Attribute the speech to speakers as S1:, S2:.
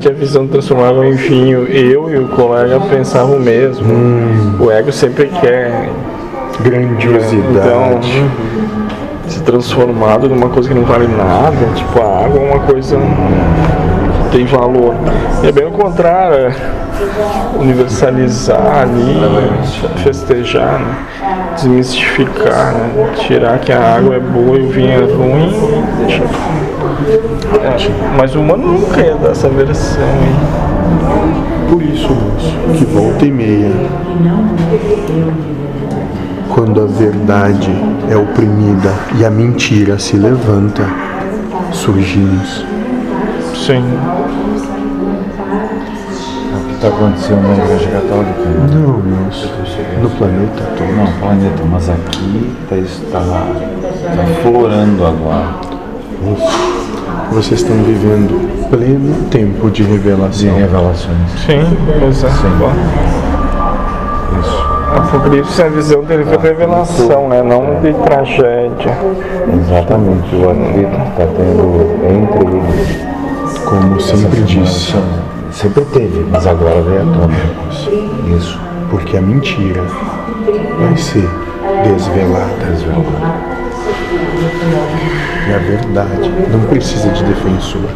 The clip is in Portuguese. S1: que a visão transformava em vinho. Eu e o colega pensavam o mesmo. O ego sempre quer, então,
S2: Grandiosidade.
S1: se transformado numa coisa que não vale nada. Tipo, a água é uma coisa que tem valor. E é bem o contrário, é universalizar ali, festejar, né? desmistificar, né? tirar que a água é boa e o vinho é ruim. e deixa- É, mas o humano nunca ia dar essa versão aí.
S2: Então, Por isso, moço, que volta e meia, quando a verdade é oprimida e a mentira se levanta, surgimos.
S1: Sim.
S3: O que está Tá acontecendo na Igreja Católica? né?
S2: Não, moço, no planeta todo.
S3: Não, planeta, mas aqui tá, está, está florando agora.
S2: Vocês estão vivendo pleno tempo de
S3: De
S2: revelação.
S3: revelações.
S1: Sim, exato.
S3: Isso.
S1: Apocalipse é a visão dele de revelação, né? Não de tragédia.
S3: Exatamente. O atrito que está tendo entre eles.
S2: Como
S3: essa
S2: sempre disse,
S3: separação. Sempre teve, mas agora veio à tona. Isso.
S2: porque a mentira vai ser desvelada. É
S3: Desvelado.
S2: E a verdade não precisa de defensor.